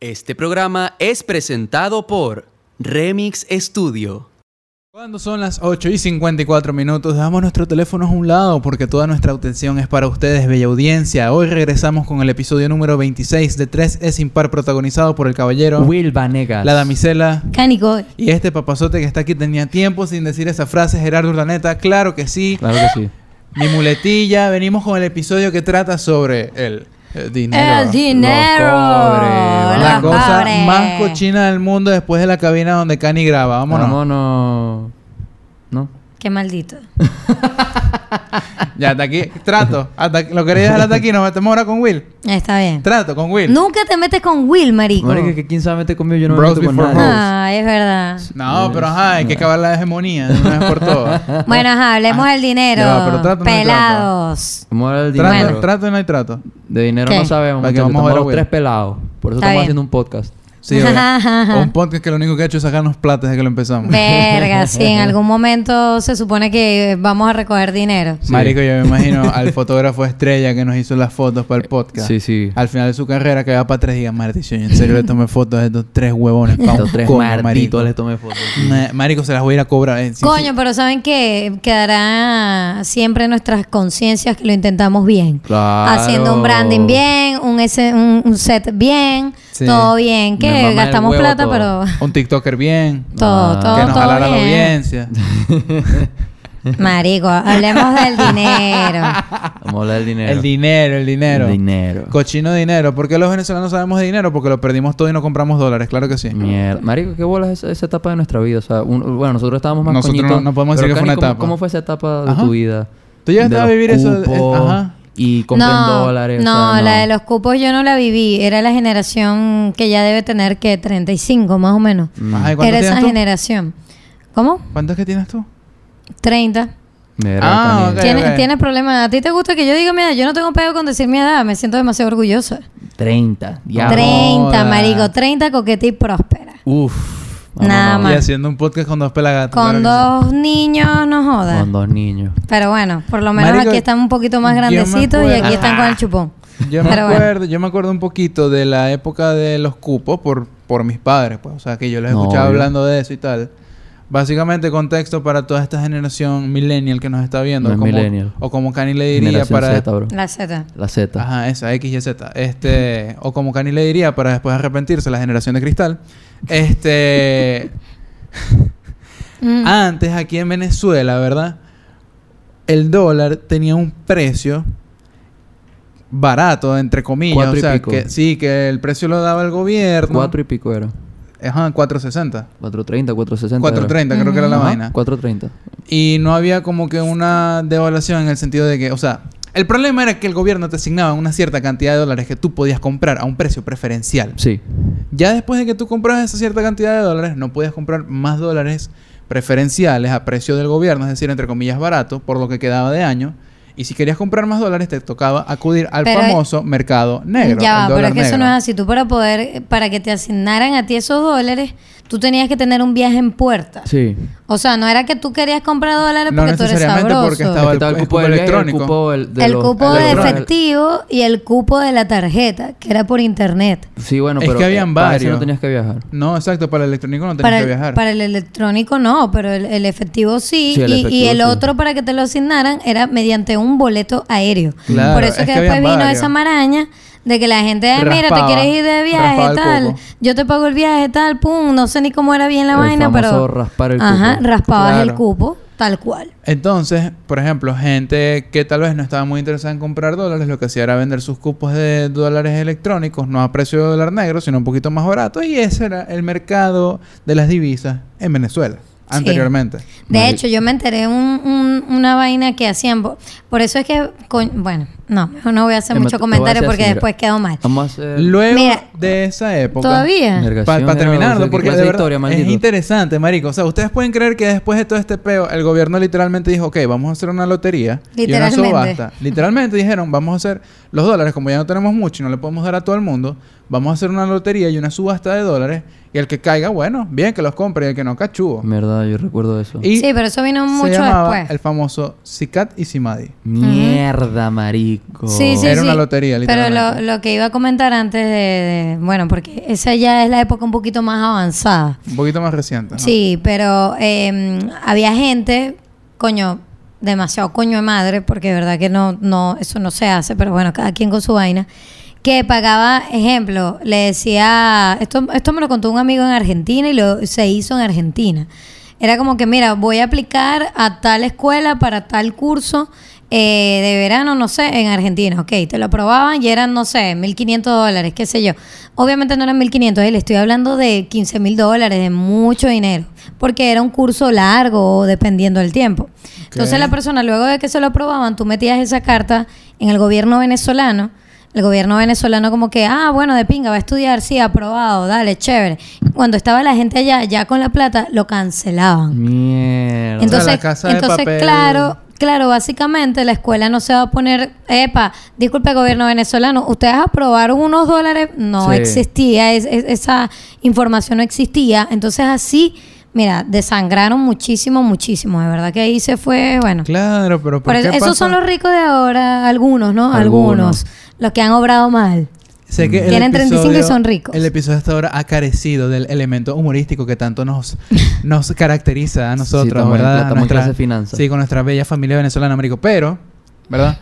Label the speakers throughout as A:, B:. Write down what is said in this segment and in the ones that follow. A: Este programa es presentado por Remix Studio.
B: Cuando son las 8 y 54 minutos, damos nuestros teléfonos a un lado porque toda nuestra atención es para ustedes, bella audiencia. Hoy regresamos con el episodio número 26 de 3 es impar protagonizado por el caballero
C: Will Vanegas.
B: la damisela
D: Cánico.
B: y este papazote que está aquí tenía tiempo sin decir esa frase, Gerardo Urdaneta. Claro que sí.
C: Claro que sí.
B: Mi muletilla, venimos con el episodio que trata sobre el, eh, dinero.
D: El dinero.
C: Lo cobre,
D: Lo
B: la
C: lo
B: cosa
D: cobre.
B: más cochina del mundo después de la cabina donde Cani graba. Vámonos.
C: Vámonos. ¿No?
D: Qué maldito.
B: Ya, hasta aquí. Trato. Hasta, lo quería dejar hasta aquí. Nos metemos ahora con Will.
D: Está bien.
B: Trato con Will.
D: Nunca te metes con Will, marico.
C: Marica, que quién sabe te comió, yo no me
B: Bros
C: meto con
B: before
C: nadie.
B: hoes.
D: Ah, es verdad.
B: No, pero ajá, hay que acabar la hegemonía. No es por todo.
D: Bueno, ajá, hablemos del dinero.
B: Ah, Ya va, pero trato, no hay
D: Pelados.
C: Vamos a hablar del
B: Trato,
C: dinero.
B: trato y no hay trato.
C: De dinero
D: ¿Qué?
C: no sabemos.
B: Para que
C: muchachos,
B: vamos a
C: estamos
B: ver a
C: los
B: Will.
C: tres pelados. Por eso
D: Está
C: estamos
D: bien.
C: haciendo un podcast.
B: Sí, o un podcast que lo único que ha hecho es sacarnos plata desde que lo empezamos.
D: Verga, sí, en algún momento se supone que vamos a recoger dinero.
B: Marico, yo me imagino al fotógrafo estrella que nos hizo las fotos para el podcast.
C: Eh, Sí, sí.
B: Al final de su carrera que va para tres días, maldición. yo En serio le tomé fotos de estos tres huevones. pa' un
C: Los tres
B: coño,
C: malditos les
B: marico.
C: tomé fotos.
B: Ma- Marico, se las voy a ir a cobrar. eh, sí, sí.
D: Coño, pero ¿saben que Quedará siempre en nuestras conciencias que lo intentamos bien.
C: Claro.
D: Haciendo un branding bien, un, ese- un, un set bien,
B: Sí.
D: todo bien.
C: Me mama
D: Que
C: el
D: gastamos
C: huevo
D: plata,
C: todo.
D: pero
B: Un TikToker bien.
D: todo,
C: Ah.
D: todo,
B: que nos
D: todo
B: jalara la
D: bien.
B: audiencia.
D: Marico, hablemos del dinero.
C: Vamos a hablar del dinero.
B: El dinero, el dinero.
C: El dinero.
B: Cochino dinero. ¿Por qué los venezolanos sabemos de dinero? Porque lo perdimos todo y no compramos dólares. Claro que sí.
C: Mierda. Marico, qué bola es esa, esa etapa de nuestra vida. O sea, un- bueno, nosotros estábamos más
B: Nosotros no-
C: coñitos,
B: no podemos
C: pero
B: decir que fue
C: Cani,
B: una
C: ¿cómo-
B: etapa.
C: ¿Cómo fue esa etapa de
B: Ajá.
C: tu vida?
B: Tú llegaste
C: De
B: a
C: los
B: vivir eso de-
C: cupos
B: ajá.
C: Y compren dólares. eh, o
D: No,
C: sea,
D: la de los cupos yo no la viví. Era la generación que ya debe tener que 35 más o menos.
C: Mm.
B: Ajá, ¿y cuántos
D: Era
B: tienes
D: esa
B: tú?
D: generación. ¿Cómo?
B: ¿Cuántos que tienes tú?
D: 30.
C: Mierda,
B: Ah,
C: Cani.
B: ok.
D: ¿Tienes, tienes problemas. ¿A ti te gusta que yo diga mi edad? Yo no tengo pedo con decir mi edad. Me siento demasiado orgullosa.
C: 30. Ya.
B: Tre-
D: 30,
B: joda.
D: marico. 30 coqueta y próspera.
C: Uf.
D: Nada
B: Y
D: más.
B: haciendo un podcast con dos pelagatos.
D: Con
B: claro
D: dos niños no joda.
C: Con dos niños.
D: Pero bueno, por lo menos
B: Marico,
D: aquí están un poquito más
B: yo me
D: grandecitos y
B: acuerdo. Ah.
D: aquí están con el chupón.
B: que sí. Yo me,
D: Pero bueno.
B: acuerdo, yo me acuerdo un poquito de la época de los cupos por, por mis padres, pues. O sea, que yo los
C: No,
B: escuchaba
C: obvio.
B: hablando de eso y tal. Básicamente, contexto para toda esta generación millennial que nos está viendo.
C: No es
B: como-
C: millennial.
B: O como Cani le diría
C: Generación
B: para...
C: Z, bro.
D: La Z.
C: La Z.
B: Ajá, esa, X y Z. Este, o como Cani le diría, para después arrepentirse, la generación de cristal. Este.
D: Mm.
B: antes, aquí en Venezuela, ¿verdad? El dólar tenía un precio barato, entre comillas.
C: Cuatro
B: o
C: y
B: sea,
C: pico.
B: que sí, que el precio lo daba el gobierno.
C: Cuatro y pico era.
B: Ajá, 4.60.
C: 430, 460.
B: 4.30, creo que era
C: Mm.
B: la vaina.
C: 430.
B: Y no había como que una devaluación en el sentido de que, o sea, el problema era que el gobierno te asignaba una cierta cantidad de dólares que tú podías comprar a un precio preferencial.
C: Sí.
B: Ya después de que tú compras esa cierta cantidad de dólares, no podías comprar más dólares preferenciales a precio del gobierno, es decir, entre comillas barato, por lo que quedaba de año. Y si querías comprar más dólares, te tocaba acudir al
D: Pero-
B: famoso mercado negro.
D: ya
B: el
D: va, pero
B: dólar
D: es que eso
B: negro.
D: no es así. Tú para poder, para que te asignaran a ti esos dólares, tú tenías que tener un viaje en puerta.
C: Sí.
D: O sea, no era que tú querías comprar dólares
B: No
D: porque tú eres
B: necesariamente
D: sabroso.
B: porque estaba- No,
C: Estaba
B: el
C: el cupo
B: cupo
C: del viaje y
B: electrónico.
C: El cupo, del- de
D: el
C: los-
D: cupo
B: el
D: de
B: dólar.
D: efectivo y el cupo de la tarjeta, que era por internet.
C: Sí, bueno,
B: Es
C: pero.
B: que habían
C: eh, para eso
B: varios.
C: no tenías que viajar.
B: No, exacto, para el electrónico no tenías
D: Para
B: que
D: el,
B: viajar.
D: para el electrónico no, pero el, el efectivo sí.
C: Sí, el
D: y, y
C: efectivo
D: el
C: sí.
D: otro para que te lo asignaran era mediante un boleto aéreo.
B: Claro,
D: Por
B: es
D: eso que,
B: que
D: después
B: habían
D: vino
B: varios.
D: esa maraña de que la gente, "Ay, mira, te
B: Raspaba,
D: quieres ir
B: raspaba
D: de viaje,
B: el
D: tal.
B: cupo.
D: Yo te pago el viaje, tal, pum. No sé ni cómo era bien la
C: El
D: vaina,
C: famoso
D: pero.
C: raspar el
D: Ajá,
C: cupo.
D: raspabas el
B: Claro.
D: cupo, tal cual.
B: Entonces, por ejemplo, gente que tal vez no estaba muy interesada en comprar dólares, lo que hacía era vender sus cupos de dólares electrónicos, no a precio de dólar negro, sino un poquito más barato. Y ese era el mercado de las divisas en Venezuela, anteriormente.
D: De
C: Mari-
D: hecho, yo me enteré un, un- una vaina que hacían. po- Por eso es que. coñ- bueno, no, mejor no voy a hacer
C: Emma,
D: mucho
C: te- te voy a
D: comentario
C: decir
D: porque
C: así, mira.
D: después quedo mal.
C: Vamos a hacer.
B: Luego
D: Mira,
B: de esa época.
D: ¿Todavía?
C: Mierda,
B: Para
C: Vergación,
B: terminarlo,
C: mierda,
B: porque
C: ¿qué
B: de
C: clase de
B: verdad
C: historia,
B: es
C: maldito?
B: interesante, marico. O sea, ustedes pueden creer que después de todo este peo, el gobierno literalmente dijo, ok, vamos a hacer una lotería y una
D: Literalmente.
B: subasta. Literalmente dijeron, vamos a hacer los dólares, como ya no tenemos mucho y no le podemos dar a todo el mundo, vamos a hacer una lotería y una subasta de dólares y el que caiga, bueno, bien que los compre y el que no, cachugo.
C: Mierda, yo recuerdo eso.
B: Y
D: Sí, pero eso vino
B: se
D: mucho
B: llamaba
D: después.
B: el famoso Sicat y Simadi.
C: Mierda, Marico.
D: Sí, sí,
B: Era una
D: sí.
B: lotería,
D: Pero
B: literalmente.
D: lo, lo que iba a comentar antes de, de- Bueno, porque esa ya es la época un poquito más avanzada.
B: Un poquito más reciente. ¿no?
D: Sí, pero eh, había gente, coño, demasiado coño de madre, porque de verdad que no, no, eso no se hace, pero bueno, cada quien con su vaina, que pagaba, ejemplo, le decía, esto, esto me lo contó un amigo en Argentina y lo, se hizo en Argentina. Era como que, mira, voy a aplicar a tal escuela para tal curso eh, de verano, no sé, en Argentina. Ok, te lo aprobaban y eran, no sé, 1.500 dólares, qué sé yo. Obviamente no eran 1.500, eh, le estoy hablando de 15.000 dólares, de mucho dinero, porque era un curso largo, dependiendo del tiempo. Entonces la persona, luego de que se lo aprobaban, tú metías esa carta en el gobierno venezolano. El gobierno venezolano como que, ah, bueno, de pinga, va a estudiar, sí, aprobado, dale, chévere. Y Cuando estaba la gente allá, ya con la plata, lo cancelaban.
C: Mierda.
B: Ento-
D: Entonces,
B: la Casa de
D: entonces
B: Papel.
D: claro, claro, básicamente la escuela no se va a poner, epa, disculpe gobierno venezolano, ustedes aprobaron unos dólares, no
C: Sí.
D: existía, es- es- esa información no existía, entonces así, mira, desangraron muchísimo, muchísimo, de verdad que ahí se fue, bueno.
B: Claro, pero ¿por
D: Por
B: qué
D: eso- esos
B: pasa?
D: son los ricos de ahora, algunos, ¿no? Algunos,
C: Algunos.
D: los que han obrado mal.
B: Sé que el
D: Tienen 35 y
B: episodio-
D: son ricos.
B: El episodio hasta ahora ha carecido del elemento humorístico que tanto nos, nos caracteriza a
C: Sí,
B: nosotros,
C: estamos en-
B: ¿verdad?
C: estamos en
B: Nuestra-
C: clase de finanzas.
B: Sí, con nuestra bella familia venezolana, marico. Pero, ¿verdad?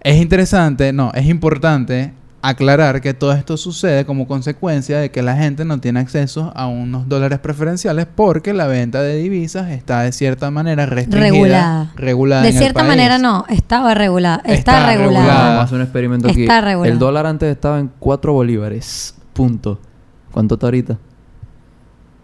B: Es interesante, no, es importante aclarar que todo esto sucede como consecuencia de que la gente no tiene acceso a unos dólares preferenciales porque la venta de divisas está de cierta manera restringida.
D: Regulada.
B: regulada
D: de
B: en el
D: cierta
B: país.
D: manera no, estaba regulada, está,
B: Está
D: regulada.
B: regulada.
C: Vamos a hacer un experimento aquí.
D: Está regulado.
C: El dólar antes estaba en 4 bolívares. Punto. ¿Cuánto está ahorita?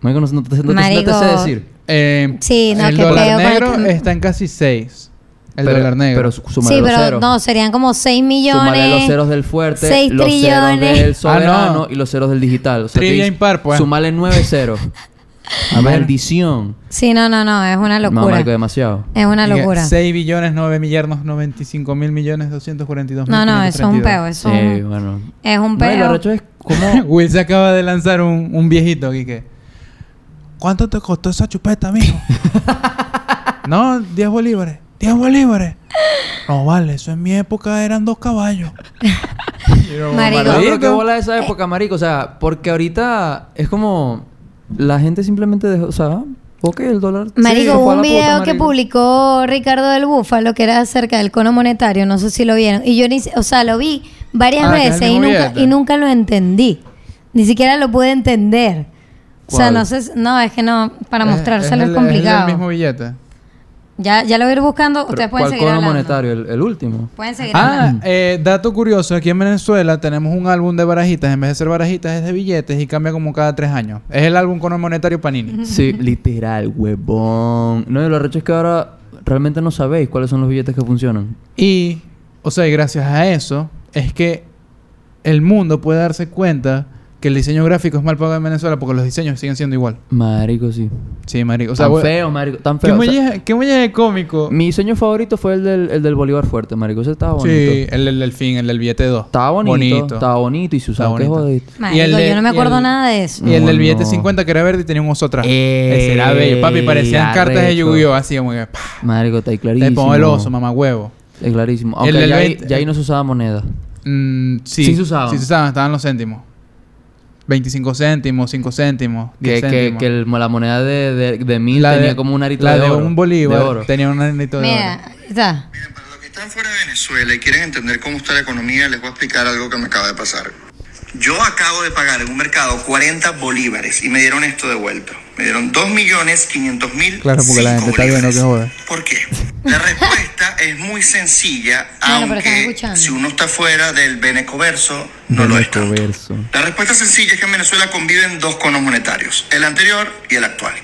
C: Marico, no, no te, no te- no te
D: Marico.
C: sé decir.
B: Eh,
D: Sí, no,
B: el
D: qué
B: dólar
D: pedo con
B: negro
D: el-
B: está en casi 6. El
C: Pero-
B: dólar negro.
C: Pero su- súmale
D: Sí,
C: los
D: pero
C: ceros.
D: no, serían como 6 millones.
C: Súmale los ceros del fuerte,
D: seis
C: los
D: trillones.
C: ceros
D: Ah,
C: del
D: no.
C: soberano y los ceros del digital. O sea,
B: Trivia
C: que-
B: impar, pues.
C: Súmale nueve ceros. Maldición.
D: Sí, no, no, no, es una
C: No,
D: locura.
C: marico, demasiado.
D: es una locura.
B: 6 billones, 9 millardos, 95 mil millones, 242 mil.
D: No, no, eso es un peo, eso es
C: Sí,
D: un-
C: bueno.
D: es un
C: No, y lo
D: peo.
C: arrecho es como...
B: Will se acaba de lanzar un, un viejito aquí que. ¿Cuánto te costó esa chupeta, mijo? no, 10 bolívares. 10 bolívares. No vale, eso en mi época eran dos caballos. Y yo,
D: Marico.
C: No,
B: "Marico".
C: pero qué bola de esa época, marico. O sea, porque ahorita es como... La gente simplemente dejó... O sea, ok, el dólar...
D: Marico,
C: se
D: hubo
C: fue a la
D: un
C: puta,
D: video que
C: marico.
D: publicó Ricardo del Búfalo que era acerca del cono monetario, no sé si lo vieron. Y yo ni, si- o sea, lo vi varias
B: Ah, que es el
D: veces y
B: mismo
D: nunca,
B: billete.
D: y nunca lo entendí. Ni siquiera lo pude entender. O sea,
C: ¿Cuál?
D: no sé, si- no, es que no, para
B: Eh, Es-
D: mostrárselo es,
B: el-
D: complicado.
B: Es el mismo billete.
D: ya, ya lo voy a ir buscando, ustedes
C: Pero,
D: pueden
C: ¿Cuál
D: seguir
C: cono
D: hablando.
C: monetario? El, el último.
D: Pueden seguir
B: Ah,
D: hablando.
B: eh, dato curioso, aquí en Venezuela tenemos un álbum de barajitas, en vez de ser barajitas es de billetes y cambia como cada tres años. Es el álbum con el monetario Panini.
C: Sí, literal, huevón. No, y lo arrecho es que ahora realmente no sabéis cuáles son los billetes que funcionan.
B: Y, o sea, y gracias a eso es que el mundo puede darse cuenta que el diseño gráfico es mal pagado en Venezuela porque los diseños siguen siendo igual.
C: Marico, sí.
B: Sí, marico. O sea,
C: tan
B: güey,
C: feo, marico. Tan
B: qué
C: feo. O sea,
B: muelle- qué muelle de cómico.
C: mi diseño favorito fue el del, el del Bolívar Fuerte, marico. Ese estaba bonito.
B: Sí, el del delfín, el del billete 2.
C: Estaba bonito. Estaba bonito. Y se usaba.
B: Estaba
C: ¿Qué
B: bonito.
C: jodiste?
D: Marico,
B: y el de-
D: yo no me
B: y
D: acuerdo
B: el-
D: nada de eso.
B: Y el del
C: No,
B: billete
C: no. Eh,
B: 50 que era verde y tenía un oso atrás.
C: Ey,
B: Ese era bello. Papi, parecían cartas de Yu-Gi-Oh! Así como que... ¡pah!
C: Marico, está ahí clarísimo.
B: Te pongo el oso, mamá huevo.
C: Está ahí clarísimo.
B: El eh.
C: Aunque
B: del
C: ya, ahí-
B: 20.
C: ya ahí no se usaba moneda.
B: Mm, sí.
C: Sí se usaban.
B: Sí se usaban, estaban los céntimos. 25 céntimos, 5 céntimos, 10
C: Que, que,
B: céntimos.
C: que el- la moneda de, de, de mil tenía como un arito
B: la
C: de, oro.
B: un bolívar
C: de oro.
B: tenía un arito de
D: Mira,
B: oro.
D: ahí está.
E: Miren, para los que están fuera de Venezuela y quieren entender cómo está la economía, les voy a explicar algo que me acaba de pasar. Yo acabo de pagar en un mercado 40 bolívares y me dieron esto de vuelta. Me dieron 2.500.000 millones
B: Claro, porque la gente está viendo que joda.
E: ¿Por qué? La respuesta es muy sencilla,
D: Claro, pero están
E: aunque
D: escuchando.
E: si uno está fuera del benecoverso, no lo es tanto.
C: Verso.
E: La respuesta sencilla es que en Venezuela conviven dos conos monetarios, el anterior y el actual.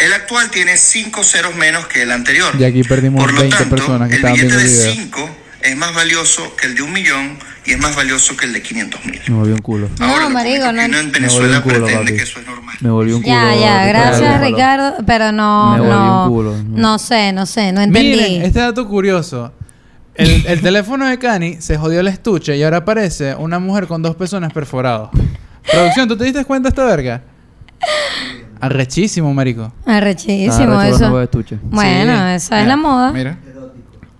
E: El actual tiene cinco ceros menos que el anterior.
B: Y aquí perdimos
E: Por lo
B: 20
E: tanto,
B: personas que
E: el
B: estaban
E: billete
B: viendo el
E: de
B: video.
E: 5 es más valioso que el de un millón y es más valioso que el de 500 mil.
C: Me volvió un culo.
D: No,
E: Ahora, lo que
D: marico,
E: opino
D: no.
E: en
C: volvió
E: Venezuela
C: un culo,
E: pretende
C: papi.
E: que eso es normal.
C: Me volvió un culo.
D: Ya, ya,
C: Ricardo.
D: gracias
C: Búfalo.
D: Ricardo, pero no,
C: Me volví
D: no,
C: un culo.
D: no sé, no sé, no entendí.
B: Miren, este dato curioso. El, el teléfono de Cani se jodió el estuche y ahora aparece una mujer con dos pezones perforados. Producción, ¿tú te diste cuenta de esta verga? Arrechísimo, marico.
D: Arrechísimo
C: Ah, rechazo,
D: eso.
C: no veo estuche.
D: Bueno,
B: Sí.
D: esa es
B: Mira,
D: la moda.
B: Mira.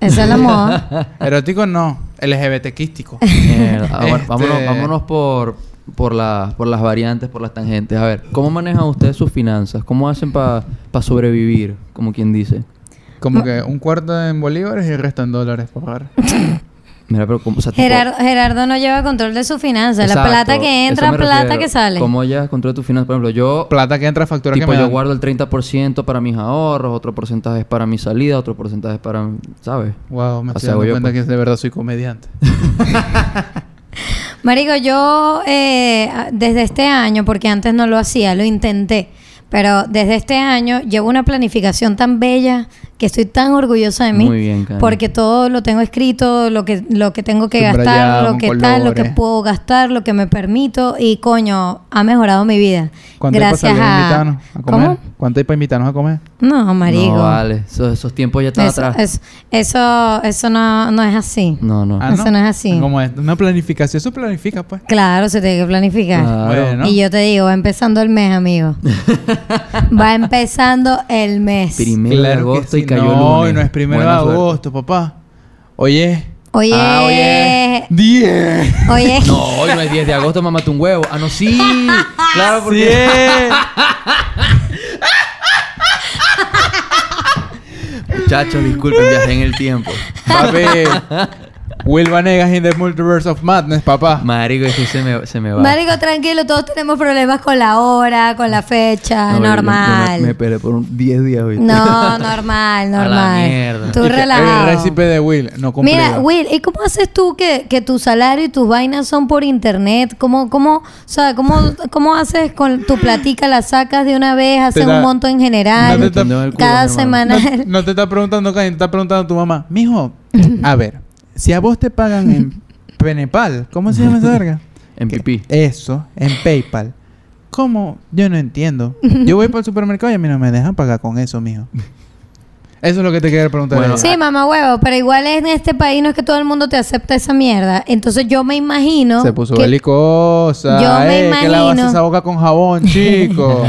D: Esa es la moda.
B: Erótico no. LGBTquístico.
C: Mierda. Ah, bueno,
B: Este-
C: vámonos, vámonos por, por, las- por las variantes, por las tangentes. A ver, ¿cómo manejan ustedes sus finanzas? ¿Cómo hacen para sobrevivir, como quien dice?
B: Como que un cuarto en bolívares y el resto en dólares, por favor.
C: Mira, pero ¿cómo? O sea, tipo-
D: Gerardo, Gerardo no lleva control de su finanzas. La
C: Exacto,
D: plata que
C: eso
D: entra,
C: me
D: plata
C: refiero.
D: que sale.
C: ¿Cómo ya controlas tus finanzas? Por ejemplo, yo...
B: Plata que entra, factura que
C: Tipo,
B: me
C: yo
B: dan.
C: guardo el 30% para mis ahorros, otro porcentaje es para mi salida, otro porcentaje es para... ¿Sabes?
B: Wow, me
C: O
B: estoy
C: sea,
B: dando
C: yo,
B: cuenta
C: pues.
B: que de verdad soy comediante.
D: Marico, yo eh, a- desde este año, porque antes no lo hacía, lo intenté, pero desde este año llevo una planificación tan bella que estoy tan orgullosa de mí.
C: Muy bien, Karen.
D: Porque todo lo tengo escrito, lo que, lo que tengo que gastar,
B: Subrayado,
D: lo
B: con
D: que tal, lo que
B: colores.
D: puedo gastar, lo que me permito y coño, ha mejorado mi vida.
B: ¿Cuánto hay para invitarnos a comer?
D: ¿Cómo?
B: ¿Cuánto hay para invitarnos a comer?
D: No, marico.
C: No, vale. Eso- esos tiempos ya están
D: Eso,
C: atrás.
D: eso, eso, eso no, no es así.
C: No, no.
D: Ah, Eso no es así.
B: Como es una planificación, eso planifica, pues.
D: Claro, se tiene que planificar.
C: Claro.
B: Bueno.
D: Y yo te digo, va empezando el mes, amigo. va empezando el mes.
C: Primero de
B: que
C: agosto y
B: sí.
C: cayó el
B: no,
C: lunes.
B: y no es primero
C: Buena
B: de
C: suerte.
B: agosto, papá. Oye,
D: Oye,
C: Ah,
D: oye,
C: oye.
B: 10.
D: oye,
C: No, hoy no es 10 de agosto, mamá, un huevo. Ah, no, sí. Claro, porque...
B: 10.
C: Muchachos, disculpen, viajé en el tiempo.
B: Papi. Will Vanegas in the Multiverse of Madness, papá.
C: Marico, es que se me, se me va.
D: marico, tranquilo, todos tenemos problemas con la hora, con la fecha,
C: No, yo- yo- yo me- me,
D: Ah, normal.
C: esperé por un 10 días ahorita.
D: No, normal,
C: A la
D: normal.
C: mierda. eh,
D: Tú
B: Y que
D: relajado.
B: El récipe de Will no cumplió.
D: Mira, Will, ¿y cómo haces tú que, que tu salario y tus vainas son por internet? ¿Cómo, cómo, o sea, cómo, cómo haces con tu platica? ¿La sacas de una vez? ¿Haces
B: da-
D: un monto en
B: No te
D: general?
B: está-
C: Metiendo en el culo,
D: Cada
C: mi hermano.
D: semana.
B: No, no te está preguntando, Kanye, te está preguntando tu mamá. Mijo, a ver, si a vos te pagan en Penepal, ¿cómo se llama esa verga?
C: En
B: Que-
C: pipí.
B: Eso, en PayPal. ¿Cómo? Yo no entiendo. Yo voy para el supermercado y a mí no me dejan pagar con eso, mijo. Eso es lo que te quería preguntar.
C: Bueno,
D: Sí, mamá huevo, pero igual en este país no es que todo el mundo te acepta esa mierda. Entonces yo me imagino
B: se puso
D: que-
B: belicosa.
D: Yo me
B: eh, Que lavas
D: imagino-
B: esa boca con jabón, chico.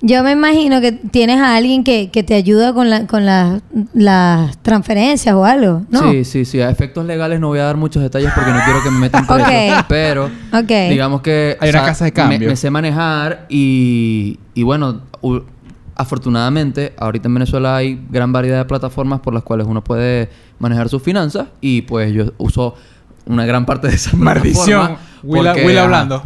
D: yo me imagino que tienes a alguien que, que te ayuda con, la- con las- las transferencias o algo, ¿no?
C: Sí, sí, sí. A efectos legales no voy a dar muchos detalles porque no quiero que me metan preso.
D: Ok.
C: Pero
D: Ok.
C: digamos que...
B: Hay una casa de cambio.
C: Me, me sé manejar y, y bueno, u- afortunadamente ahorita en Venezuela hay gran variedad de plataformas por las cuales uno puede manejar sus finanzas y pues yo uso una gran parte de esas
B: Maldición.
C: plataformas
B: Will,
C: porque,
B: Will
C: ajá,
B: hablando.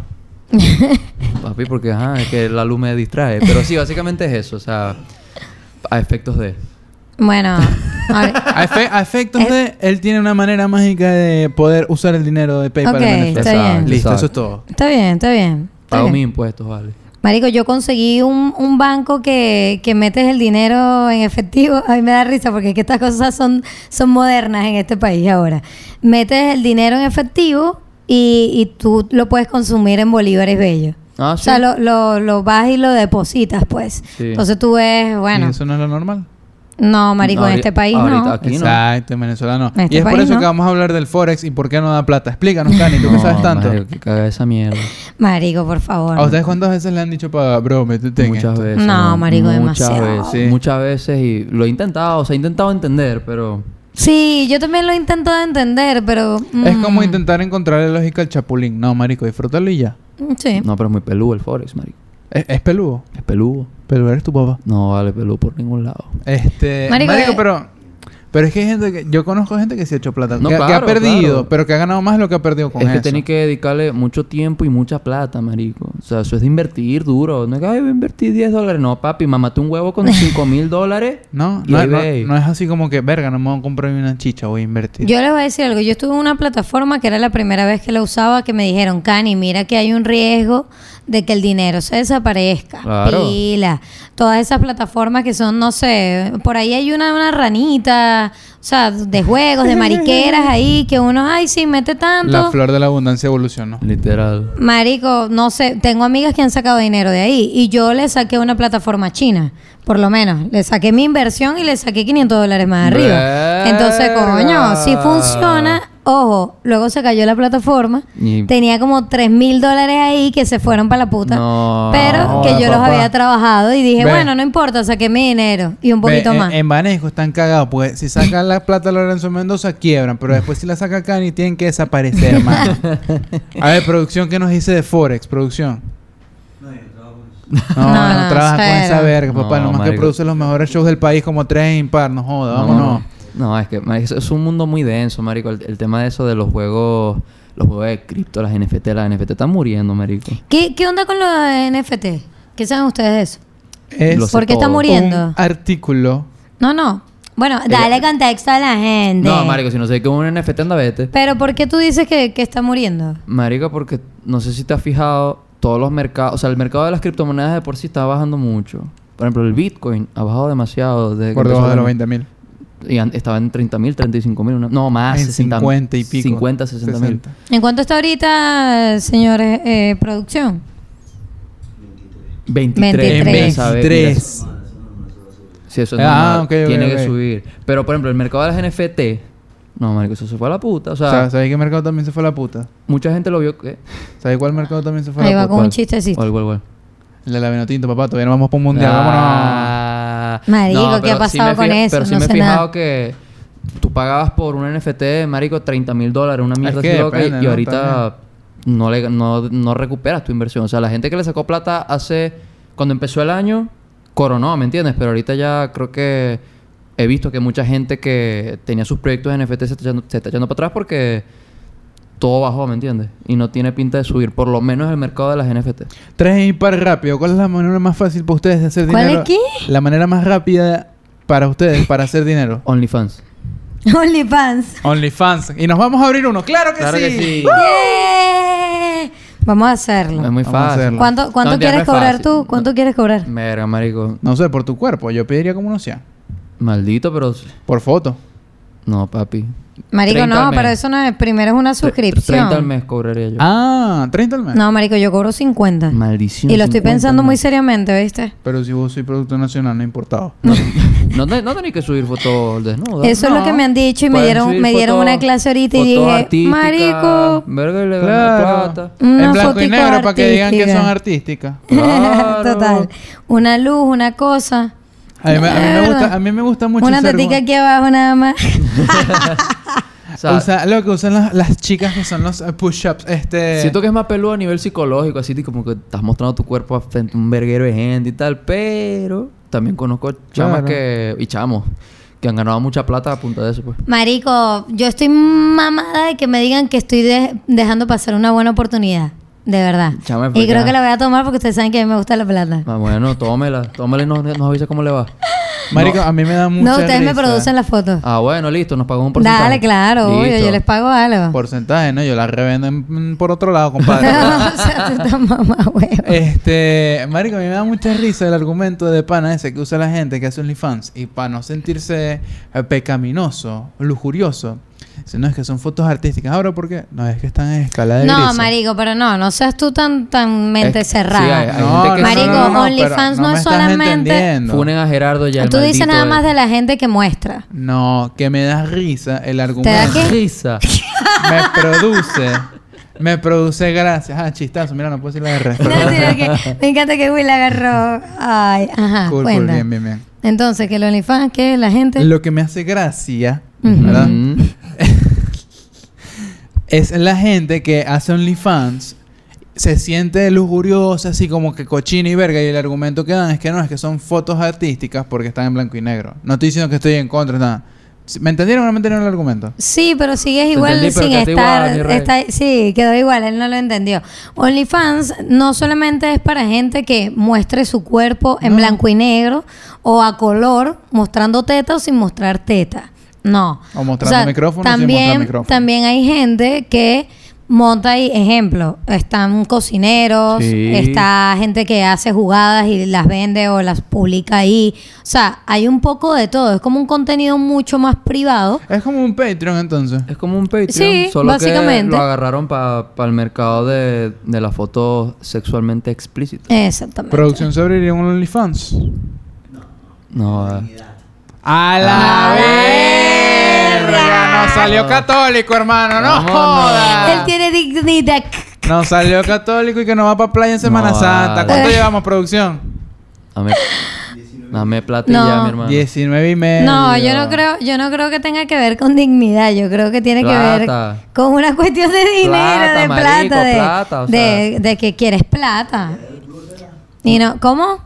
C: Papi, porque ajá, es que la luz me distrae. Pero sí, básicamente es eso. O sea, a efectos de...
D: Bueno, ahora-
B: A, efe- a efectos
D: Eh.
B: de... Él tiene una manera mágica de poder usar el dinero de PayPal
D: Ok,
B: en Venezuela.
D: está bien.
C: Exacto,
B: Listo,
C: exacto.
B: eso es todo.
D: está bien, está bien. está
C: Pago
D: bien.
C: mis impuestos, vale.
D: Marico, yo conseguí un, un banco que, que metes el dinero en efectivo. A mí me da risa porque es que estas cosas son, son modernas en este país ahora. Metes el dinero en efectivo y, y tú lo puedes consumir en bolívares bello.
C: Ah,
D: O
C: sí.
D: sea, lo, lo, lo vas y lo depositas, pues.
C: Sí.
D: Entonces tú ves,
B: ¿Y
D: bueno,
B: eso no es lo normal.
D: no, marico, en
C: Ahorita-
D: este país
C: ahorita
D: no.
C: aquí. no.
B: Exacto, en Venezuela no.
D: En este
B: y es por
D: país
B: eso
D: no.
B: que vamos a hablar del Forex y por qué no da plata. Explícanos, Cani, tú que sabes tanto.
C: Mario, que caga esa mierda.
D: Marico, por favor.
B: ¿A ustedes cuántas veces le han dicho para, bro, métete en
C: Muchas
B: esto"?
C: veces.
D: No, marico, demasiado.
C: Veces, Muchas veces y lo he intentado, o sea, he intentado entender, pero
D: Sí, yo también lo intento de entender, pero...
B: Es
D: mm,
B: como intentar encontrarle lógica al chapulín. No, marico, disfrútalo y ya.
D: Sí.
C: no, pero es muy peludo el Forex, marico.
B: Es, es peludo.
C: Es peludo.
B: Peludo eres tu papá.
C: No vale peludo por ningún lado.
B: Este,
D: Marico,
B: marico,
D: eh.
B: pero... Pero es que hay gente que... Yo conozco gente que se ha hecho plata.
C: No,
B: que, que ha
C: claro,
B: perdido,
C: claro.
B: pero que ha ganado más lo que ha perdido con
C: es que
B: eso.
C: tenés que dedicarle mucho tiempo y mucha plata, marico. O sea, eso es de invertir duro. No es que, ay, voy a invertir 10 dólares. No, papi, mamate un huevo con 5 mil dólares.
B: No,
C: y
B: no,
C: ahí
B: no-
C: veis.
B: no es así como que, verga, no me voy a comprar ni una chicha, voy a invertir.
D: Yo les voy a decir algo. Yo estuve en una plataforma que era la primera vez que la usaba que me dijeron, Cani, mira que hay un riesgo de que el dinero se desaparezca.
C: Claro.
D: Pila. Todas esas plataformas que son, no sé, por ahí hay una, una ranita, o sea, de juegos, de mariqueras ahí, que uno, ay, sí, mete
B: La
D: tanto.
B: flor de la abundancia evolucionó.
C: Literal.
D: Marico, no sé, tengo amigas que han sacado dinero de ahí y yo le saqué una plataforma china, por lo menos. Le saqué mi inversión y le saqué 500 dólares más arriba. Entonces,
C: Verga.
D: coño, si funciona, Ojo, luego se cayó la plataforma.
C: Y-
D: Tenía como 3 mil dólares ahí que se fueron para la puta.
C: No.
D: pero que
B: Joda,
D: yo los
B: papá.
D: había trabajado y dije,
B: Ve.
D: bueno, no importa, saqué mi dinero y un
B: Ve,
C: eh,
D: poquito
B: en-
D: más.
B: En, Banesco están cagados, pues si sacan la plata Lorenzo Mendoza, quiebran, pero después si la saca Cani tienen que desaparecer, hermano. A ver, producción, ¿qué nos dice de Forex, producción? No,
D: No,
B: no,
D: no,
B: trabajas con
D: cero.
B: esa verga, papá.
C: No,
B: nomás que
C: marico.
B: produce los mejores shows del país como tres impar, no joda, vámonos.
C: No, es que marico, es- es un mundo muy denso, marico. El, el tema de eso de los juegos, los juegos de cripto, las NFT, las NFT están muriendo, marico.
D: ¿Qué, ¿Qué onda con los NFT? ¿Qué saben ustedes de eso?
B: Es
C: Lo sé
D: ¿Por qué está
C: todo.
D: muriendo?
B: un artículo.
D: No, no. Bueno, dale contexto a la gente.
C: No, marico, si no sé qué es un NFT, anda vete.
D: Pero ¿por qué tú dices que, que está muriendo?
C: Marico, porque no sé si te has fijado, todos los mercados, o sea, el mercado de las criptomonedas de por sí está bajando mucho. Por ejemplo, el Bitcoin ha bajado demasiado desde que
B: Por
C: empezó
B: debajo de
C: la-
B: los 20 mil.
C: Y an- estaba en 30 mil, 35 mil, no, más,
B: En
C: 60
B: 50 y pico.
C: 50, 60 mil.
B: 60.
D: ¿En cuánto está ahorita, señores, eh, producción?
C: 23.
B: En
D: 23.
C: ¿sabes?
B: 23.
C: Sí, eso es
B: Ah,
C: normal.
B: ok, ok,
C: Tiene
B: ok.
C: que subir. Pero, por ejemplo, el mercado de las NFT... No, marico, eso se fue a la puta. O sea,
B: ¿Sabes sabes qué mercado también se fue a la puta?
C: mucha gente lo vio... ¿qué?
B: ¿Sabes cuál mercado también se fue a
D: Ahí
B: la
D: va
B: puta?
D: con un chistecito.
C: Igual, igual.
B: El de la Venotinto, papá. Todavía no vamos para un mundial. Vámonos.
C: Ah.
D: Marico,
C: No,
D: ¿qué
C: pero
D: ha pasado
C: me
D: con
C: fija-
D: eso?
C: Pero sí
D: No
C: me he
D: sé
C: fijado
D: nada.
C: que tú pagabas por un NFT, marico, 30 mil dólares, una mierda
B: Es que
C: así loca, y-
B: depende,
C: y
B: ¿no?
C: ahorita no, le, no, no recuperas tu inversión. O sea, la gente que le sacó plata hace... Cuando empezó el año, coronó, ¿me entiendes? Pero ahorita ya creo que he visto que mucha gente que tenía sus proyectos de NFT se está echando, se está echando para atrás porque... Todo bajó, ¿me entiendes? Y no tiene pinta de subir, por lo menos el mercado de las NFT.
B: Tres impar rápido. ¿Cuál es la manera más fácil para ustedes de hacer
D: ¿Cuál
B: dinero?
D: es qué?
B: La manera más rápida para ustedes para hacer dinero.
C: OnlyFans.
D: OnlyFans.
B: OnlyFans. Y nos vamos a abrir uno. ¡Claro que sí!
D: ¡Yeah! Vamos a hacerlo.
C: Es muy
B: Vamos a
C: fácil.
B: hacerlo.
D: ¿Cuánto, cuánto
C: No, ya no
D: quieres
C: es
D: cobrar
C: fácil.
D: tú? ¿Cuánto quieres cobrar?
C: Verga, marico.
B: No sé, por tu cuerpo. Yo pediría como unos 100.
C: Maldito, pero...
B: Por foto.
C: No, papi.
D: Marico,
C: 30
D: no,
C: al mes.
D: pero eso no es. Primero es una
C: Tre-
D: suscripción.
C: 30 al mes cobraría yo.
B: Ah, 30 al mes.
D: No, marico, yo cobro 50.
C: Maldición.
D: y lo estoy
C: 50
D: pensando
C: al
D: muy
C: mes.
D: seriamente, ¿viste?
B: Pero si vos soy producto nacional, no importado.
C: No, te- no tenéis que subir fotos desnudas.
D: Eso es lo
C: no.
D: que me han dicho y me
C: Pueden
D: dieron-
C: subir
D: me dieron
C: fotos-
D: una clase ahorita y
C: fotos
D: dije,
C: artísticas,
D: marico.
C: Verga, y le
B: Claro.
C: gané plata.
D: Una
B: en blanco y
D: fotico
B: negro para que digan que
D: artística.
B: son artísticas.
C: Claro.
D: Total. Una luz, una cosa.
B: A mí, me- a mí me,
D: Claro.
B: gusta, a mí me gusta mucho
D: una
B: usar
D: tatica
B: como-
D: aquí abajo nada más.
C: O sea,
B: usa- lo que usan las, las chicas que son los eh, push-ups. Este...
C: siento que es más peludo a nivel psicológico. Así de como que estás mostrando tu cuerpo frente a un verguero de gente y tal. Pero también conozco chamas
B: Claro.
C: que... Y chamos. Que han ganado mucha plata a punta de eso, pues.
D: Marico, yo estoy mamada de que me digan que estoy de- dejando pasar una buena oportunidad. De verdad.
C: Chama,
D: y
C: porque-
D: creo que la voy a tomar porque ustedes saben que a mí me gusta la plata.
C: Ah, bueno, tómela. Tómela y nos, nos avisa cómo le va.
B: Marico, a mí me da mucha
D: No, ustedes me
B: risa.
D: producen las fotos.
C: Ah, bueno, listo. Nos pagó un porcentaje.
D: Dale, claro, obvio,
C: Listo.
D: yo les pago algo.
B: Porcentaje, ¿no? Yo la revendo en- por otro lado, compadre.
D: o sea, tú estás mamá,
C: Eh,
D: huevo.
B: Este, marico, a mí me da mucha risa el argumento de pana ese que usa la gente que hace OnlyFans y para no sentirse eh, pecaminoso, lujurioso. Dice, no, es que son fotos artísticas. Ahora, ¿por qué? No, es que están en escala de
D: No,
B: grises.
D: marico, pero no, no seas tú tan, tan mente
C: Es- sí,
B: Eh,
C: hay-
D: cerrada.
C: hay gente que-
D: Marico,
B: pero
D: OnlyFans no
B: me
D: es
B: estás
D: solamente-
B: entendiendo.
C: Funen a Gerardo ya. el
D: tú dices
C: maldito
D: nada más
C: él.
D: de la gente que muestra.
B: No, que me da risa el argumento.
D: ¿Te da qué?
C: Risa.
B: Me produce. Me produce gracias. Ah, chistazo. Mira, no puedo decir la R.
D: No, sino que me encanta que Will agarró. Ay, ajá.
B: Cool, cool,
D: cuenta.
B: bien, bien, bien.
D: Entonces, que el OnlyFans, que la gente.
B: Lo que me hace gracia,
D: Ujú.
B: ¿verdad?
C: Mm.
B: es la gente que hace OnlyFans se siente lujuriosa, así como que cochina y verga. Y el argumento que dan es que no, es que son fotos artísticas porque están en blanco y negro. No estoy diciendo que estoy en contra, nada. ¿Me entendieron o no me entendieron el argumento?
D: Sí, pero sigues igual
C: entendí, pero
D: sin
C: quedaste
D: estar.
C: igual, mi rey.
D: está- sí, quedó igual, él no lo entendió. OnlyFans no solamente es para gente que muestre su cuerpo en blanco y negro o a color, mostrando teta o sin mostrar teta. No.
B: O mostrando micrófono o sin
D: también,
B: mostrar micrófono.
D: También hay gente que monta ahí, ejemplo, están cocineros,
C: Sí.
D: está gente que hace jugadas y las vende o las publica ahí. O sea, hay un poco de todo. Es como un contenido mucho más privado.
B: Es como un Patreon entonces.
C: Es como un Patreon.
D: Sí,
C: solo
D: básicamente.
C: Que lo agarraron para el mercado de, de las fotos sexualmente explícitas.
D: Exactamente.
B: Producción se abriría un OnlyFans.
C: No, eh.
B: ¡A la verga! No salió católico, hermano. No
C: Vámonos.
B: joda.
D: Él tiene dignidad.
B: Nos salió católico y que nos va para playa en Semana
C: No,
B: Santa.
C: vale.
B: ¿Cuánto llevamos, producción?
C: Dame, dame plata y
D: No.
C: ya, mi hermano.
B: 19 y
C: Eh,
B: medio.
D: No, yo no creo, yo no creo que tenga que ver con dignidad, yo creo que tiene
C: Plata.
D: que ver con una cuestión de dinero,
C: Plata,
D: de plata,
C: marico,
D: de,
C: plata, o
D: de- de que quieres plata. Y no, ¿cómo?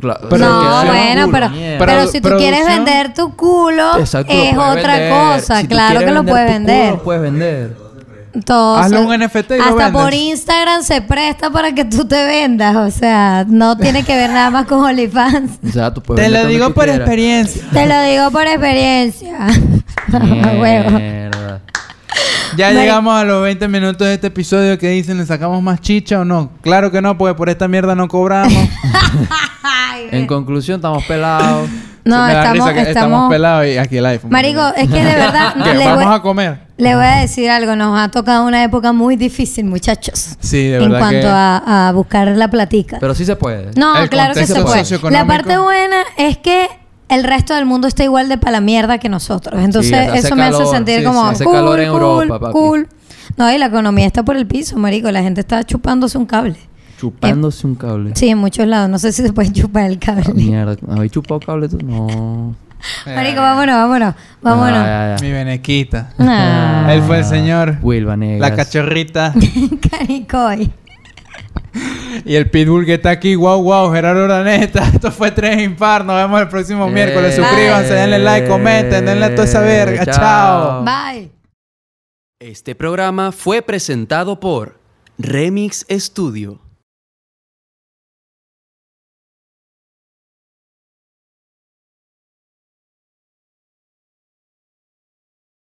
C: Cla-
B: Pero
D: no,
C: queda-
D: bueno,
C: Culo,
D: pero,
C: mierda.
D: pero
B: Produ-
D: si tú quieres
B: producción.
D: vender tu culo,
C: Exacto, lo
D: es
C: puedes
D: otra
C: vender.
D: cosa,
C: Si tú
D: claro que
C: quieres
D: lo puedes
C: tu culo, pues,
D: vender.
C: Lo puedes vender.
D: Todo
B: Hazlo
D: se-
B: un NFT y lo
D: Hasta
B: vendes.
D: por Instagram se presta para que tú te vendas, o sea, no tiene que ver nada más con OnlyFans.
C: O sea, tú puedes
B: Te
C: vender
B: Pues lo
C: donde
B: digo
C: tú
B: por
C: quieras.
B: experiencia.
D: Te lo digo por experiencia. A Ah, huevo.
C: Mierda.
B: Ya
D: Mari-
B: llegamos a los 20 minutos de este episodio que dicen, ¿le sacamos más chicha o no? Claro que no, porque por esta mierda no cobramos.
D: Ay,
C: En conclusión, estamos pelados.
B: Se
D: No,
B: me da risa
D: estamos,
B: que
D: estamos,
B: pelados y aquí el iPhone.
D: Marico, es que de verdad
B: ¿Qué?
D: le,
B: ¿Vamos a
D: voy,
B: comer?
D: le voy a decir algo. Nos ha tocado una época muy difícil, muchachos.
B: Sí, de
D: en
B: verdad
D: cuanto
B: que-
D: a, a buscar la platica.
C: Pero sí se puede.
D: no,
B: el
D: claro que se
B: contexto
D: puede. La
B: socioeconómico-
D: parte buena es que el resto del mundo está igual de pa' la mierda que nosotros. Entonces,
C: Sí, hace
D: eso me hace
C: calor,
D: sentir
C: sí,
D: como
C: sí, hace
D: cool,
C: calor en
D: cool,
C: Europa, papi.
D: cool. No, y la economía está por el piso, marico. La gente está chupándose un cable.
C: Chupándose un cable.
D: Sí, en muchos lados. No sé si se pueden chupar el
C: Ah,
D: cable.
C: mierda. ¿Habéis chupado cable tú? No.
D: Marico, vámonos, vámonos. Vámonos.
C: Ah, ya, ya.
B: Mi benequita.
D: Ah.
B: Él fue el señor.
C: Wilba Negas.
B: La cachorrita
D: Caricoy.
B: y el pitbull que está aquí. Wow, wow, Gerardo Uraneta. Esto fue Tres Impar. Nos vemos el próximo
C: Eh.
B: miércoles. Suscríbanse, denle like, comenten, denle a toda esa verga.
C: Chao.
B: Chao.
D: Bye.
A: Este programa fue presentado por Remix Studio.